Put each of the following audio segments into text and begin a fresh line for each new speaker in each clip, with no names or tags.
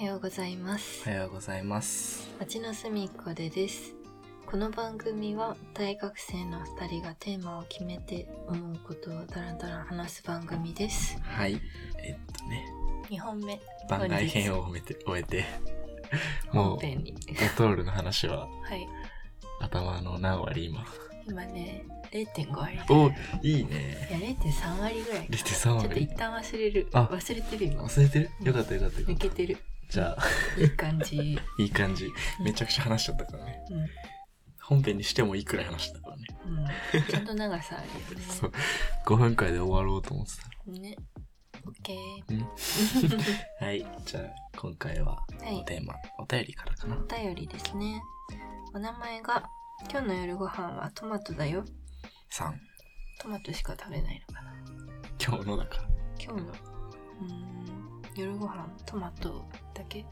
おはようございます
おはようございます。
町のすみっこでですこの番組は大学生の2人がテーマを決めて思うことをダラダラ話す番組です
はい。えっとね、
2本目
番外編を終えて、終えて、も
本
う、
編に
ドトールの話は
はい
頭の何割今。
今ね0.5割
お、いいね。
いや0.3割ぐらいか
0.3
ちょっと
割
一。旦忘れる
あ
忘れてる今
忘れてるよかったよかったよかっ
抜
た
けてる
じゃあ、
いい感じ、
いい感じ。めちゃくちゃ話しちゃったからね。
うんうん、
本編にしてもいいくらい話したからね。
ちゃんと長さある
そう。5分くらいで終わろうと思って
よねね OK
た。はい。じゃあ、今回は、
はい
テーマ、お便りからかな。
お便りですねお名前が「今日の夜ご飯はトマトだよ
3。」
トマトしか食べないのかな
今日のだから。
今日のうーん夜ご飯トマトだけ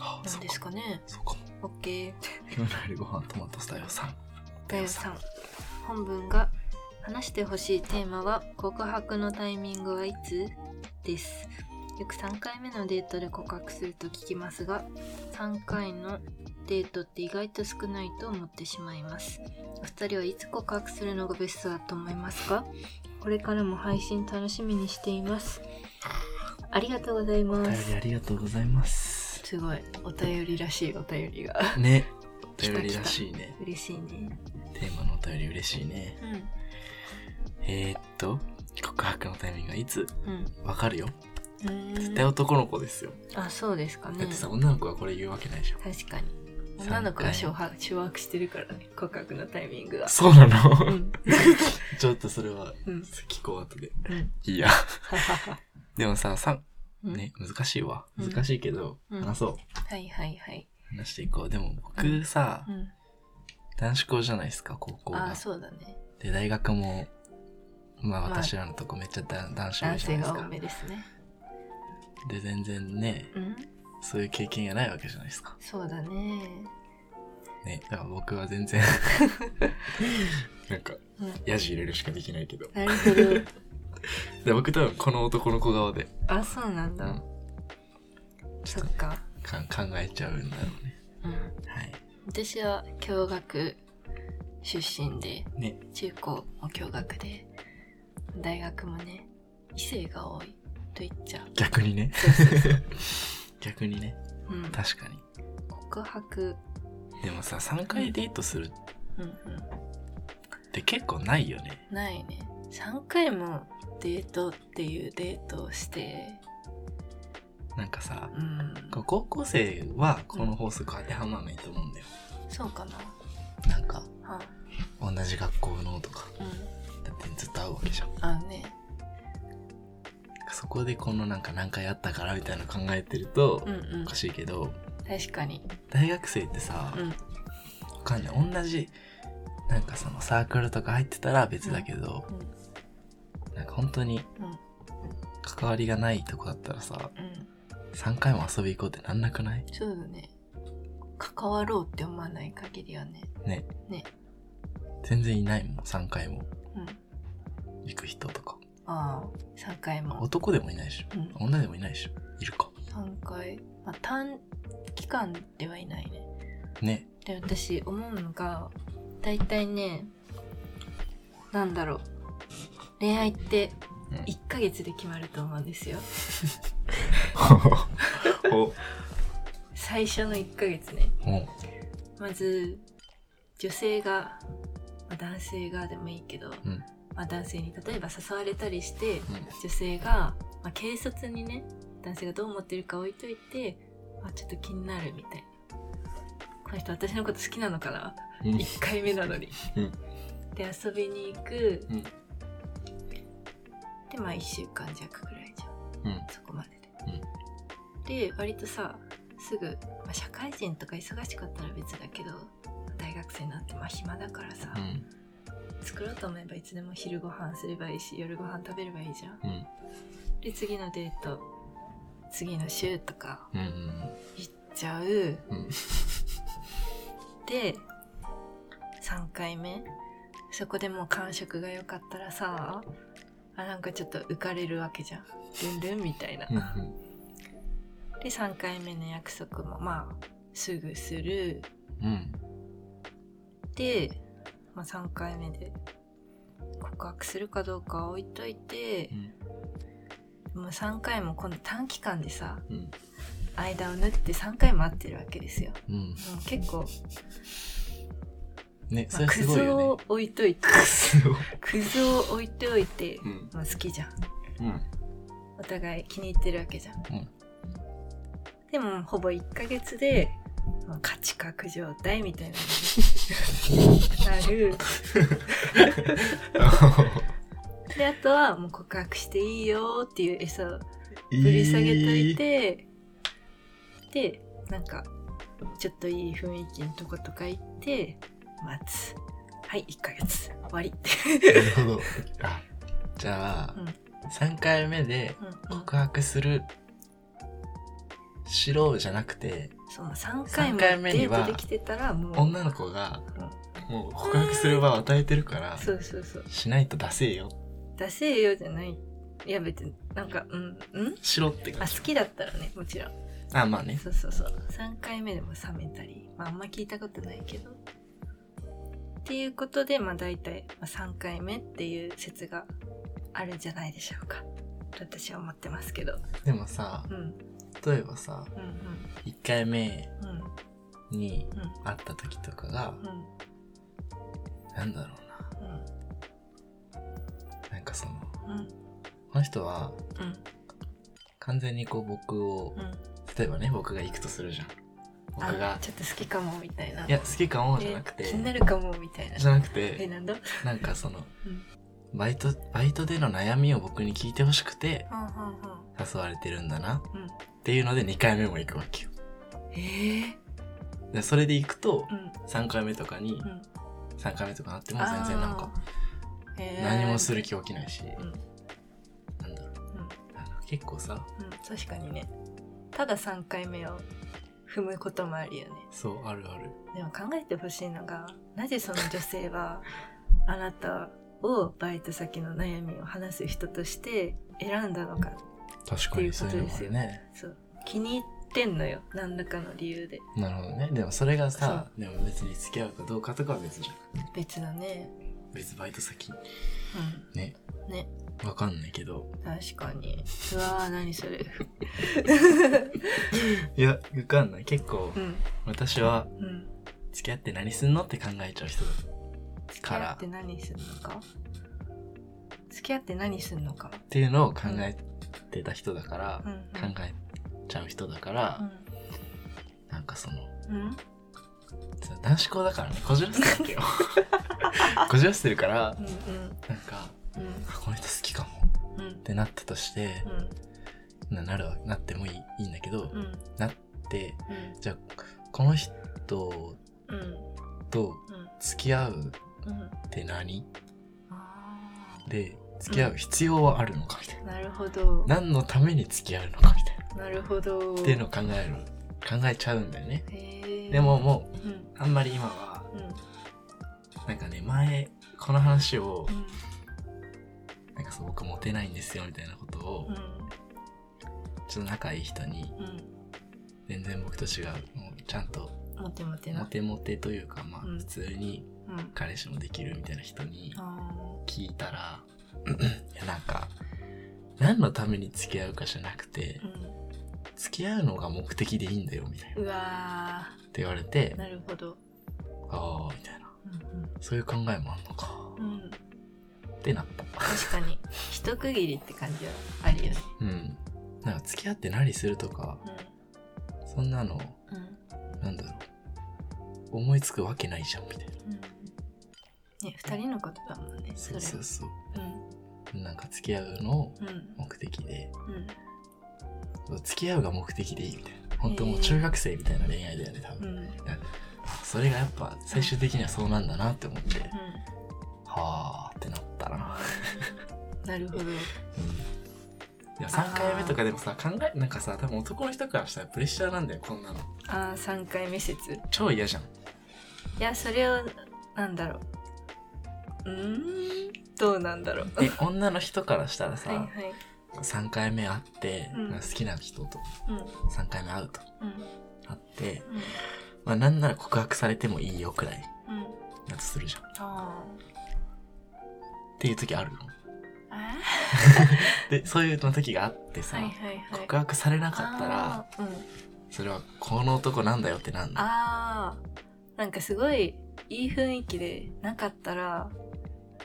あ
なんですかね
そうかも。
OK
今日の夜ご飯トマトスタイルさん。
だよさん本文が話してほしいテーマは告白のタイミングはいつですよく3回目のデートで告白すると聞きますが3回のデートって意外と少ないと思ってしまいますお二人はいつ告白するのがベストだと思いますかこれからも配信楽しみにしていますありがとうござい
お
ま
便り
す
ありがとうございます。
すごいお便りらしいお便りが
ね。お
来た
便りらしいね。
嬉しいね
テーマのお便り嬉しいね。えー、っと、告白のタイミングはいつ
うんうん
わかるよ。
うーん
絶対男の子ですよ。
あそうですかね
だってさ、女の子はこれ言うわけないじゃん。
確かに
三回
女の子が掌握掌握してるからね告白のタイミングが
そうな
う
の
ん
ちょっとそれは、
うん
聞こう後で。
うん
いいや。
ははは
でもさ、さ、
うん
ね、難しいわ。
うん
難しいけど、
うん
話そう。
はいはいはい、
話していこう。でも僕さ、
うん、
男子校じゃないですか、高校
あ
が
あ。そうだね
で大学もまあ
まあ
私らのとこめっちゃだ男子
男
多いじゃない
性
です
が
か
多めですね
で全然ね
うん
そういう経験がないわけじゃないですか
そうだね
ねだから僕は全然 なんか
うん
ヤジ入れるしかできないけど
なる
で僕多分この男の子側で、
ほどあそうなん
う
だ、
ん、ち
そ
ょっ
っか
とかん考えちゃうんだろうね
うん
はい
私は共学出身で
ね
中高も共学で大学もね異性が多いと言っちゃう
逆にね 逆にね
うん
確かに
告白
でもさ3回デートする
うんうん
って結構ないよね
ないね3回もデートっていうデートをして
なんかさ
うん
高校生はこの法則当てはまらないと思うんだよ、
そうかな
なんか
あ
同じ学校のとか
うん
だってずっと会うわけじゃん
あのね
そこでこのなんか何回会ったからみたいなの考えてると
うんう
お
ん
かしいけど、
確かに
大学生ってさ、
うん
わかんない同じなんかそのサークルとか入ってたら別だけど、
うん
なんか本当に
うん
関わりがないとこだったらさ
うん
3回も遊び行こうってなんなくない
そうだね関わろうって思わない限りはね
ね
ね
全然いないもん3回も
うん
行く人とか
ああ3回も、
男でもいないでしょ
うん、
女でもいないでしょいるか
3回まあ短期間ではいないね
ね
で私思うのが大体ねなんだろう恋愛って
うん
1ヶ月で決まると思うんですよ
お
最初の1ヶ月ね
お
まず女性が、まあ、男性がでもいいけど、
うん
まあ、男性に例えば誘われたりして女性が、まあ、軽率にね男性がどう思ってるか置いといて、まあ、ちょっと気になるみたいなこの人私のこと好きなのかな
うん
1回目なのに、
うん
で遊びに行く、
うん
でまあ1週間弱ぐらいじゃん
うん
そこまでで、で割とさすぐ、まあ、社会人とか忙しかったら別だけど大学生になってまあ暇だからさ、
うん
作ろうと思えばいつでも昼ご飯すればいいし夜ご飯食べればいいじゃん
うん
で次のデート次の週とか
うん
行っちゃう
うんうん
で3回目そこでもう感触が良かったらさあなんかちょっと浮かれるわけじゃんルンルンみたいな、
うん
で3回目の約束もまあすぐする
うん。
で、まあ、3回目で告白するかどうかは置いといて
う、ん。
もう3回もこの短期間でさ
うん。
間を縫って3回も会ってるわけですよ
うん。
もう結構、
ね、そ
まあ、
れは
ク
す
ズ
ごいよ
を
ね。
置いといて
すごい。
クズを置いておいて、
うん。
まあ、好きじゃん
うん。
お互い気に入ってるわけじゃん、
うん
でもほぼ1ヶ月でまあ価値格状態みたいな のになるであとはもう告白していいよっていう餌をぶり下げとい。て、でなんかちょっといい雰囲気のとことか行って待つはい1ヶ月終わりって、
なるほど。あ、じゃ
うん
あ、三回目で
うんうん
告白する、しろうじゃなくて、
そう3回も
三
デ
回目に
ー
は
トできてたらもう
女の子が、もう告白する場を与えてるから、
そうそうそう
しないと出せよ。
出せよじゃないいや別になんかうんうん
しろって
あ
感じ。
好きだったらねもちろん
あ、まあね。
そうそうそう3回目でも冷めたり、まあ、あんま聞いたことないけどっていうことでまあ大体まあ3回目っていう説があるんじゃないでしょうかと私は思ってますけど
でもさ、
うん
例えばさ、
うん
一回目
うんうん
に会った時とかが、
うんうん
なんだろうな。なんかその、
うん
この人は
うん
完全にこう僕を、
うん
例えばね、僕が行くとするじゃん。僕
あ
が、
ちょっと好きかもみたいない
や、好きかもじゃなく
え
て、
気になるかもみたいな
じゃなく
え
て、
なんだ
なんかその
うん、
バイト、バイトでの悩みを僕に聞いてほしくて、
はんはんはん
誘われてるんだな、
うん
っていうので2回目も行くわけよ。
ええ
でそれで行くと、
うん
3回目とかに
う、ん
3回目とかなっても全然なんか、
あー、えー
何もする気起きないし、
うん
なんだろう。なんか結構さ、
うん、確かにねただ3回目を踏むこともあるよね
そう、あるある。
でも考えてほしいのがなぜその女性 はあなたをバイト先の悩みを話す人として選んだのか
確かにそういうのもあるね。
そう気に入ってんのよ何らかの理由で
なるほどね。でもそれがさ、でも別に付き合うかどうかとかは別じゃん。
別だね
別バイト先。ね。
うんね
わかんないけど。
確かにうわー何それ
いや、わかんない。結構
う、ん
私は
うん
付き合って何すんのって考えちゃう人だ。
付き
か
合
ら
って何するのか付き合って何するのか
っていうのを考えてた人だから、
うんうん
考えちゃう人だから、なんかその、
うんうん
その男子校だからね、こじらせて るわけよ。こじらせてるから、
うん
なんか、
うんうん
あこの人好きかも
うん
ってなったとして、
う
ななるわなってもいいいいんだけど、
んうん
なって、じゃあ、この人
うんうん
と付き合う
うんうん
って何
あ
で付き合う必要はあるのかみたいな、
ーなるほど
何のために付き合うのかみたいな
なるほど
っていうのを考える考えちゃうんだよね
へー
でもも
うん
うあんまり今は
うん
なんかね前この話を
うん
なんかそう僕モテないんですよみたいなことを
う
ちょっと仲いい人に
ん
全然僕と違うもうちゃんと
うんモテモテ
モ
な
テモテというかまあ
うん
普通に
うん
彼氏もできるみたいな人に
あ
聞いたらいやなんか何のために付き合うかじゃなくて
ーうん
付き合うのが目的でいいんだよみたいな
うわ
って言われて
ーなるほど
ああみたいな
うん
そういう考えもあんのか
うんうん
ってなった
確かに一区切りって感じはあるよね
うんなんか付き合って何するとかそんなの
うんうん
なんだろう思いつくわけないじゃんみたいな
うんね、二人のことだもんね。
そうそうそう
れは
なんか付き合うのを
うん、うん、
目的で
うん、
付き合うが目的でいいみたいな本当もう中学生みたいな恋愛だよね多
うん、
分、
うん、うん、
それがやっぱ最終的にはそうなんだなって思って、はあってなったな、
なるほど。
うん、いや3回目とかでもさ考えなんかさ多分男の人からしたらプレッシャーなんだよこんなの
ああ、三回目説。い
超嫌じゃん
や、それを、なんだろう。うーん、どうなんだろう。
で女の人からしたらさ、
はいはい。
3回目会って、
うん
なんか好きな人と
うん
3回目会うと
うん
会って、まあなんなら告白されてもいいよくらい
うんうん
だとするじゃんっ
あ
ていう時あるの
あえ
でそういうの時があってさ、
はいはいはい
告白されなかったら
あーうん
それはこの男なんだよってなんだ
あーなんかすごいいい雰囲気でなかったら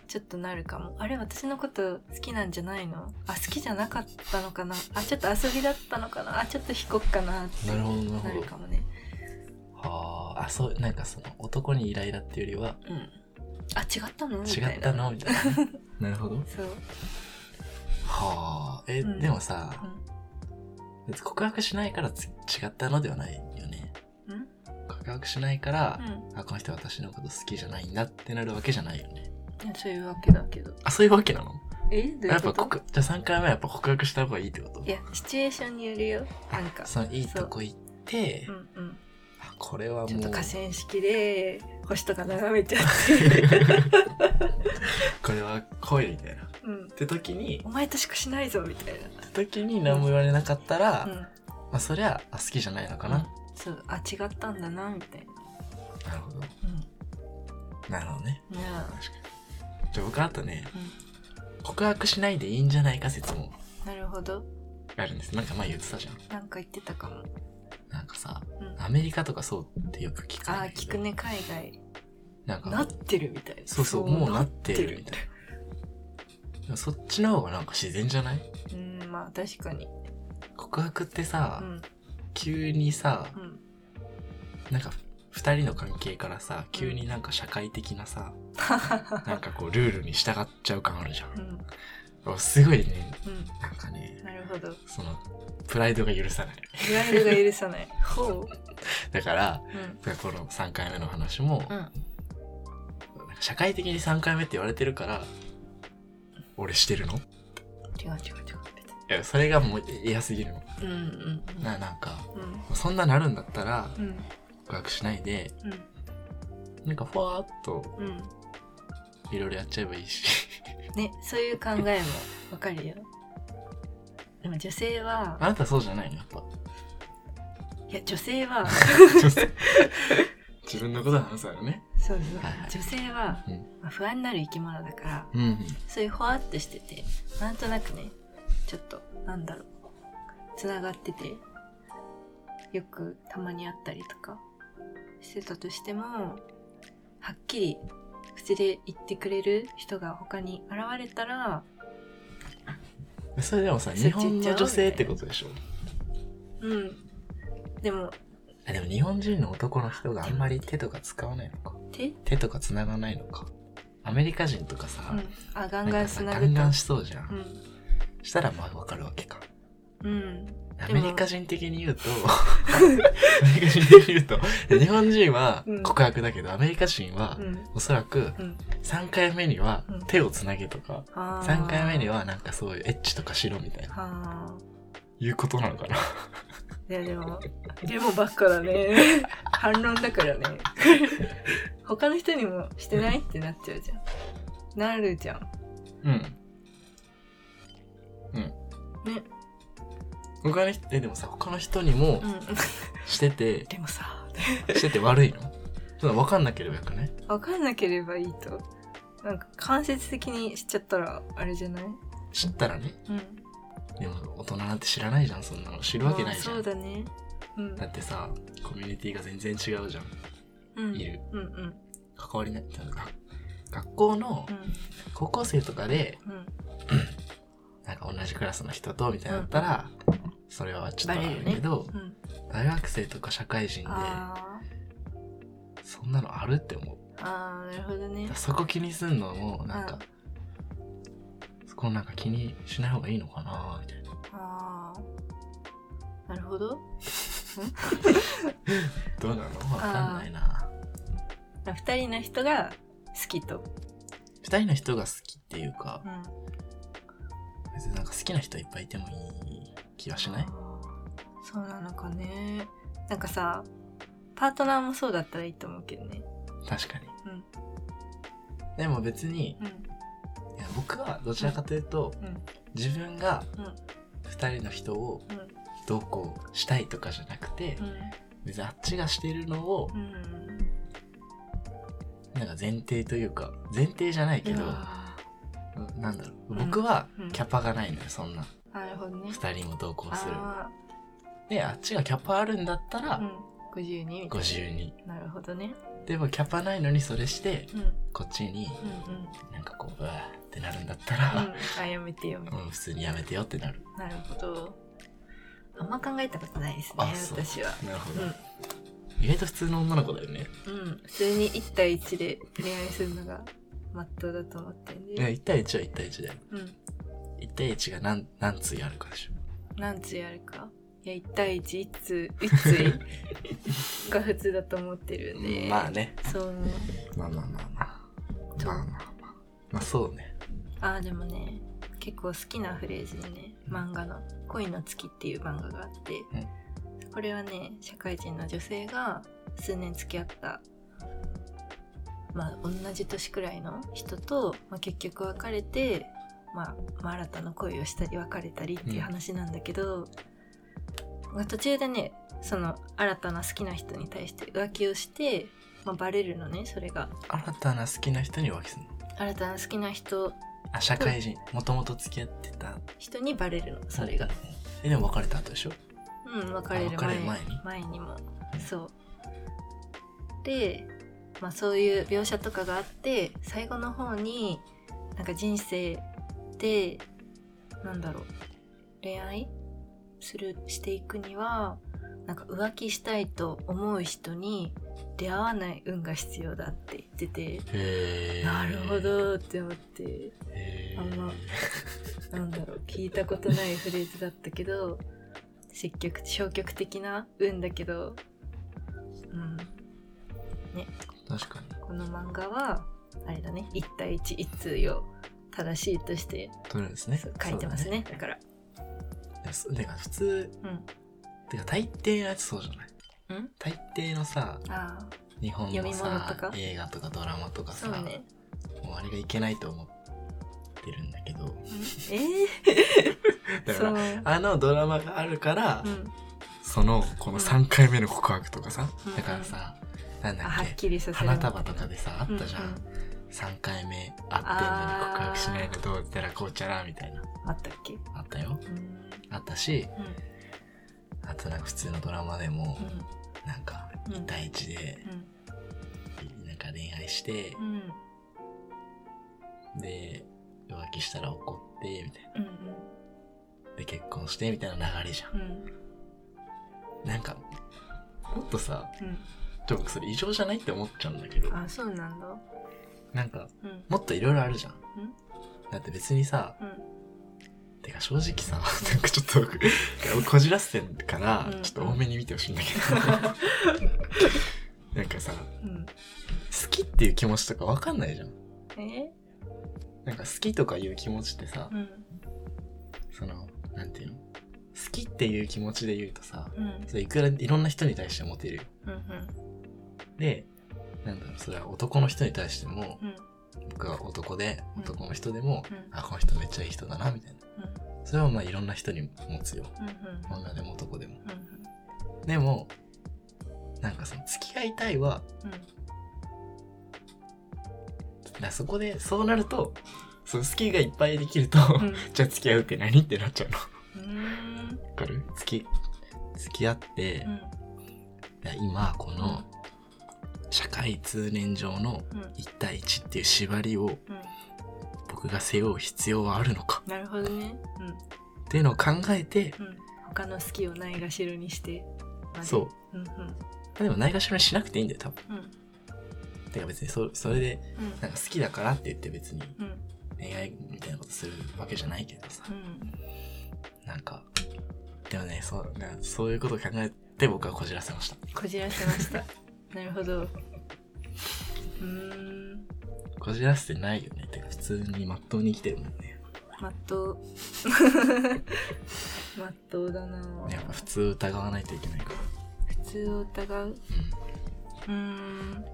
ちょっとなるかもあれ私のこと好きなんじゃないのあ好きじゃなかったのかなあちょっと遊びだったのかなあちょっと引こっかなって
なるほどなる
な
ほ
る
ど
かもね
はああそうなんかその男にイライラっていうよりは
うんあ違ったのみたいな
違ったのみたい ななるほど
そう、
はあえ、
うん
でもさ別に告白しないからつ違ったのではないよね
うんうん
告白しないから
う、ん
あこの人私のこと好きじゃないんだってなるわけじゃないよね
いやそういうわけだけど
あそういうわけなの
えどうい
や
う
っぱ
こと
告じゃあ3回目はやっぱ告白した方がいいってこと
いやシチュエーションによるよなんか
そのいいとこ行って、
うんうん
あこれはもう
ちょっと河川敷で星とか眺めちゃって
これは恋みたいなっ
うん
て時に
お前としかしないぞみたいな
時に何も言われなかったら、
う
ま
ん、
あそりゃあ好きじゃないのかな、
そうあ違ったんだなみたいな
なるほど
う
なるほどね
んいや
確かにじゃあ僕あとね告白しないでいいんじゃないか説も
なるほど
あるんですなんか前言ってたじゃん
なんか言ってたかも、
なんかさ
うん、あ
アメリカとかそうってよく聞くん
あ
だ
ー聞
けど
くね海外
なんか
なってるみたいな
そうそうもうなって
なって
るみたいなそっちの方がなんか自然じゃない
うんまあ確かに
告白ってさ、
うん
急にさ
うん
なんか2人の関係からさ急になんか社会的 なさ、なんかこうルールに従っちゃう感あるじゃ
うんん
俺すごいね
う
なんかね
んなるほど
そのプライドが許さない
ブライドが許さないほ
だから
ううん
この3回目の話も、
うん
なんか社会的に3回目って言われてるから俺してるのい
違う違う違う
やそれがもう嫌すぎるの
別にうんうん
ななんか
うん
そんななるんだったら
うん
告白しないで
うん
なんかふわーっと
うん
いろいろやっちゃえばいいし
ねそういう考えもわかるよでも女性は
あなたそうじゃないのやっぱ
いや女性は
自分のこと話すからね
そうそう
はいはい
女性は、
うん
まあ不安になる生き物だから
うんうん
そういうほわっとしててなんとなくねちょっとなんだろうつながっててよくたまに会ったりとかしてたとしてもはっきり口で言ってくれる人が他に現れたら
それでも
そ
さ
っち
日
行
本
っちゃおう
の女性ってことでしょ
うんでも
あでも日本人の男の人があんまり手とか使わないのか
手、
手とか繋がないのかアメリカ人とかさ、
うん、あガン
な
ガ
ん
ン
かさ
つな
ガ
ぐ
ンガ
と
ンしそうじゃん、
うん
したらまあわかるわけか
うん
ア
でも
メリカ人的に言 うとアメリカ人的に言うと日本人は
うん
告白だけど、アメリカ人は
うん
おそらく
うん
3回目には
うん
手をつなげとか、
あー
3回目にはなんかそういうエッチとかしろみたいな
あ
いうことなのかな
ーいやでもでもばっかだね 反論だからね 他の人にもしてないってなっちゃうじゃんなるじゃん
うんうん
ね
他の人えでもさ他の人にも
うん
してて、
でもさ
してて悪いのそんな分かんなければよくない
分かんなければいいとなんか間接的にしちゃったらあれじゃないうん
知ったらねでも大人なんて知らないじゃんそんなの知るわけないじゃ
まあ
ん
そう
だ
だねうん
ってさコミュニティが全然違うじゃん
うん
いる
うんうん
関わりないなんか学校の
うん
高校生とかで
うん
なんか同じクラスの人とみたいなのだったら、それはちょっとあ
バレ
る
るね
けど、
うん
大学生とか社会人で
あ
そんなのあるって思う
ーあーなるほどね
そこ気にすんのもな
う
んか、そこなんか気にしない方がいいのかなみたいな
ああなるほど
どうなのわかんないな
2人の人が好きと、
二人の人が好きっていうか
うん、
別になんか好きな人いっぱいいてもいい気はしない
そうなのかねなんかさパートナーもそうだったらいいと思うけどね
確かに、
うん
でも別に
うん
いや僕はどちらかというと、
うん
自分が
うん
2人の人を
うん
どうこうしたいとかじゃなくて、別にあっちがしてるのを
うんうん
なんか前提というか前提じゃないけど、
うわ
うんなんだろう
うん
僕は
うん
キャパがないのよそんな
ーなるほどね
2人も同行する
あ
であっちがキャパあるんだった
あう
ら
ん52みたい
52
ななるほどね
でもキャパないのにそれして
うんうん
こっちに
うんうん
なんかこううわーってなるんだったら、
あやめてよみたいな
うん、普通にやめてよってなる
なるほど。あんま考えたことないですね、
あそう
私は。
なるほど、意外と普通の女の子だよね
うん、普通に1対1で恋愛するのがまっとうだと思ってん
いや
で、
1対1は1対1だよ
うん、
1対1が何何通あるかでしょ
何通やるか。いや、1対1、1通、1通が普通だと思ってるんで、
まあね
そう思う。
まあまあまあまあ
そう
まあまあまあまあそうね
ああ、でもね、結構好きなフレーズでね、漫画の「恋の月」っていう漫画があって、これはね、社会人の女性が数年付き合ったまあ、同じ年くらいの人と、まあ、結局別れて、まあまあ、新たな恋をしたり別れたりっていう話なんだけど、まあ途中でねその新たな好きな人に対して浮気をして、まあ、バレるのねそれが
新たな好きな人に浮気するの
新たな好きな人
あ社会人もともと付き合ってた
人にバレるのそれが
うんえでも別れた後でしょ
うん別れる
あ別れ
前
る前に
にもそうで、まあ、そういう描写とかがあって最後の方になんか人生でなんだろう恋愛するしていくにはなんか浮気したいと思う人に出会わない運が必要だって言ってて、
へえ
なるほどって思って
へー
あんまなんだろう聞いたことないフレーズだったけど積極消極的な運だけど、うん、
確かに
この漫画はあれだね1対11通を正しいとして
取るんですね
そう書いてますねだから
そうだねでもそてか普通てか大抵のやつそうじゃない
うんん
大抵のさ
ああ
日本の
読み物とか
さ映画とかドラマとか
そう
さ、
ね、
もうあれがいけないと思ってるんだけ
う
ど
んええ
だか
そう
らあのドラマがあるから、
うん
そのこの3回目の告白とかさ、
うん
だからさ、なん
あ
だ
は
っ
っ
け
きりさせる
花束とかでさあったじゃん、
うんうん
3回目会ってんのに告白しないのどうったらこうちゃらみたいな
あったっけう
あったよ
ーん
あったし
うん
あとなんか普通のドラマでもなんか
うんうん
第一でなんか恋愛して
うんうん
で浮気したら怒ってみたいな
うん
で結婚してみたいな流れじゃ
うんうん
んなんかもっとさ
うん
ちょ僕それ異常じゃないって思っちゃうんだけど
あそうなんだ
なんか
うん
もっといろいろあるじゃんだって別にさ
うん
てか正直さ なんかちょっと僕俺こじらせてるから
うん
ちょっと多めに見てほしいんだけ どなんかさ
うん
好きっていう気持ちとかわかんないじゃん
え
なんか好きとかいう気持ちってさ
うん
そのなんていうの好きっていう気持ちで言うとさ
うん
それいくらいろんな人に対してモテるよ
うんうん
でなんだろうそれは男の人に対しても
うん
僕は男で
うん
男の人でも、
うん
あこの人めっちゃいい人だなみたいなそれはまあいろんな人に持つよ
うんうん
女でも男でも
うん
でもなんかその付き合いたいは
うん
だからそこでそうなるとその好きがいっぱいできると、
うん
じゃあ付き合うって何ってなっちゃうの
うーん
わかる付き付き合って、
うん
いや今この社会通念上の
うん
1対1っていう縛りを
うん
僕が背負う必要はあるのか
なるほどねう
っていうのを考え
ん
て
うん他の好きをないがしろにしてまで
そう
うんうん
でもないがしろにしなくていいんだよ多分
うん
てか別にそそれで
うん
なんか好きだからって言って別に
うん
恋愛みたいなことするわけじゃないけどさ
うん
なんかでもねそうなそういうことを考えて僕はこじらせました
こじらせましたなるほどうーん
こじらせてないよねてか普通にまっとうに生きてるもんね
まっとうまっとうだな
やっぱ普通疑わないといけないから
普通を疑う
うん
うーん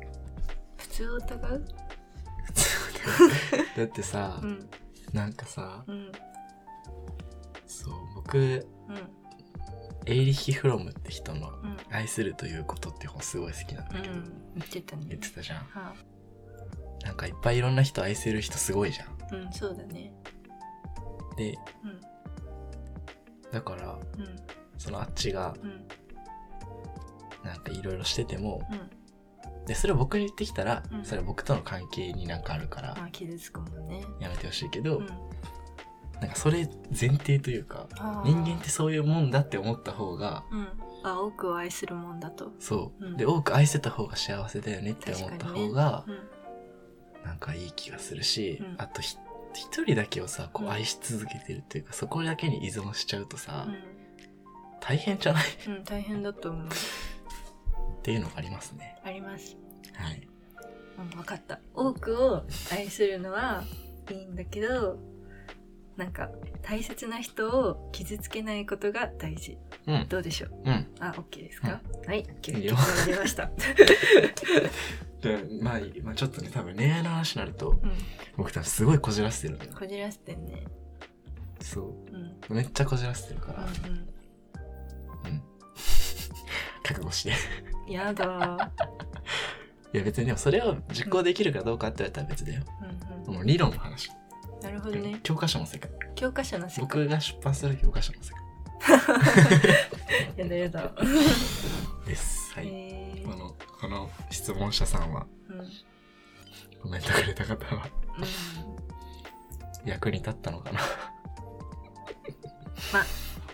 普通を疑う
だって さ、
うん
なんかさ
うん
そう僕
うん
エイリヒ・フロムって人の
うん
「愛するということ」って本すごい好きなん
う
だけど、
ん言ってた
言
ね
ってたじゃん
は
なんかいっぱいいろんな人愛せる人すごいじゃん
あうんそうだね
で
うん
だから
うん
そのあっちが
うん
なんかいろいろしてても
うん
でそれを僕に言ってきたら、
うん
それは僕との関係になんかあるから、
まあ傷つくもんね
やめてほしいけど、
うん
なんかそれ前提というか
あー
人間ってそういうもんだって思った方が
うんあ多くを愛するもんだと
そう、
うん
で多く愛せた方が幸せだよねって思った方が、
うん
なんかいい気がするし、
うん
あとひ一人だけをさこ
う
うん愛し続けてるっていうか、そこだけに依存しちゃうとさ、
う
大変じゃない
ん、うん、大変だと思う
っていうのがありますね
あります
はい
うん分かった多くを愛するのはいいんだけどなんか大切な人を傷つけないことが大事
うん
どうでしょう
うん
あ OK ですか、はい結
いい
論
よ
出ま した、
で、まあ、まあちょっとね多分恋愛の話になると
うん、
僕多分すごいこじらせてるんだよ
こじらせてんね
そ
うんうん
うめっちゃこじらせてるからうん、覚悟して
うんやだ
いや別にでもそれを実行できるかどうかって言われたら別だよ
ー、うん
もう理論の話
うん、なるほどね
教科書の世界
教科書の世界
僕が出版する教科書の世
やだやだ、
界 ですは
え
い、
ー
このこの質問者さんは
うんうん、
コメントくれた方は役に立ったのかな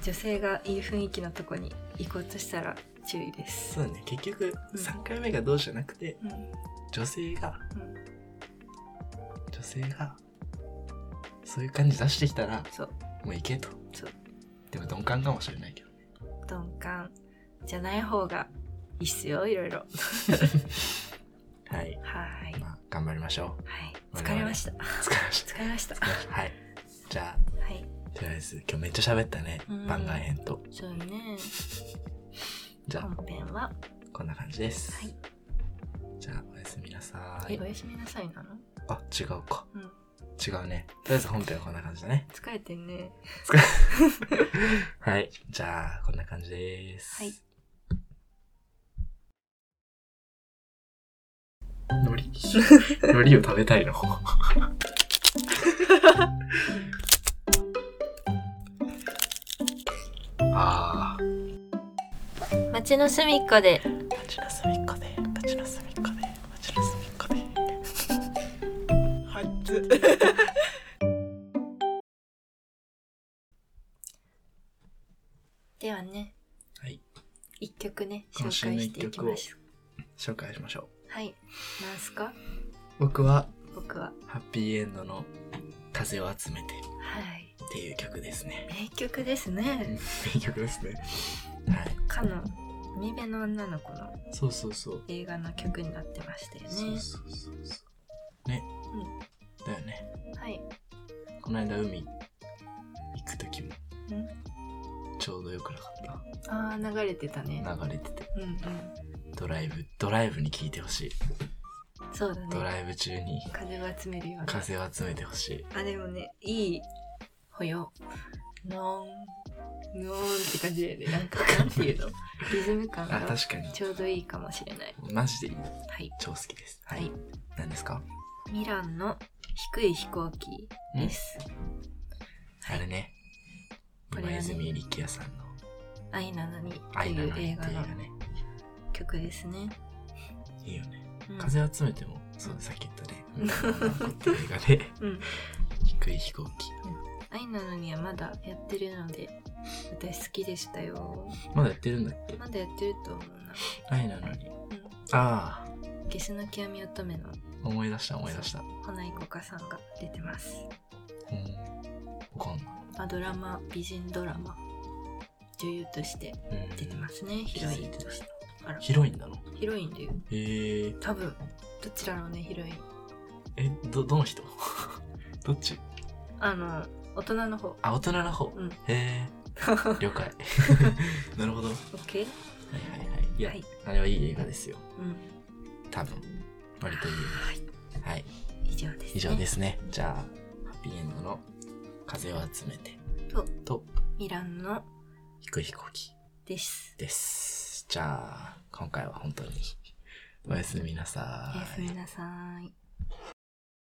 女性がいい雰囲気のとこに行こうとしたら注意です
そうね結局
うん
3回目がどうじゃなくて
うん
女性が
うん
女性がそういう感じ出してきたら
そう
もういけと
そう
でも鈍感かもしれないけど
鈍感じゃない方がいいっすよいろいろ
はい
はーい
まあ頑張りましょ
はい
我々
疲れました
う疲れまし
疲れました
た
は
はいじゃあ
い
とりあえず今日めっちゃ喋ったね
うん
番外編と
そうね
じゃあ
本編は
こんな感じです、
はい
じゃあおやすみなさ
え
い
おやすみなさいなの
あ違うか
うん
違うねとりあえず本編はこんな感じだね
疲れてんね
はいじゃあこんな感じです
はい
海苔海苔を 食べたいのあー
街の隅っこで
町の隅っこで町の隅っこで町の隅っこで
ではね
はい
一曲ね紹
今週の
介
一
していき
曲を
ましょう
紹介しましょ
はいなんすか
う僕は
僕は
ハッピーエンドの風を集めて
はい
っていう曲ですね。
名曲ですね
名曲ですね。はい。
かの海辺の女の子の
そうそうそう。
映画の曲になってましたよね
そうそうそうそう。ね。だよね。
はい
この間海行く時も
うん
ちょうどよくなかっ
あー流れてたね
た。流れてて。
うんうん
ドライブ、ドライブに聴いてほしい。
そうだ
ド
ね
ライブ中に
風を集めるような
風を集めてほしい。
あでもねいいほよのんのんって感じだよねなんかなんていう のリズム感
あ、
が
確かに。
ちょうどいいかもしれない
マジでいい。
はい
超好きです。
は
はいい。何ですか
ミランの低い飛行機です
あれね。
これはね
今泉力也さんの
愛なのにと
愛
い
な
う
のに
映
って
画
いう映
の
画ね。
曲ですね、
いいよね。
うん、
風集めても、そうさっき言ったね。うんっていう映画で、
うん
低い飛行機。
愛なのにはまだやってるので私好きでしたよ
まだやってるんだっけ
まだやってると思うな
愛なのに。ああ、
ゲスの極み乙女の
思い出した思い出した。
ほないこかさんが出てます。
うん。わかんな
まあ、ドラマ、美人ドラマ、女優として
い。うん
出てますね、ヒロインとして。あら、
ヒロインなの
ヒロインだよ。
えー、
多分、どっちだろうね、ヒロイン。
え、ど、どの人どっち
あの、大人の方。
あ、大人の方。
うん。
へえー、了解。なるほど。は
オッケー
いはいはい。いや、
はい
あれはいい映画ですよ。
うん。
多分。割といい
はい。
映画。はい。
以上です、ね。。
以上ですすね。じゃあ、ハッピーエンドの風を集めて
と
と
イランの
飛く飛行機
です。
です。じゃあ、今回は本当におやすみなさ
おや
い
す。みなさい。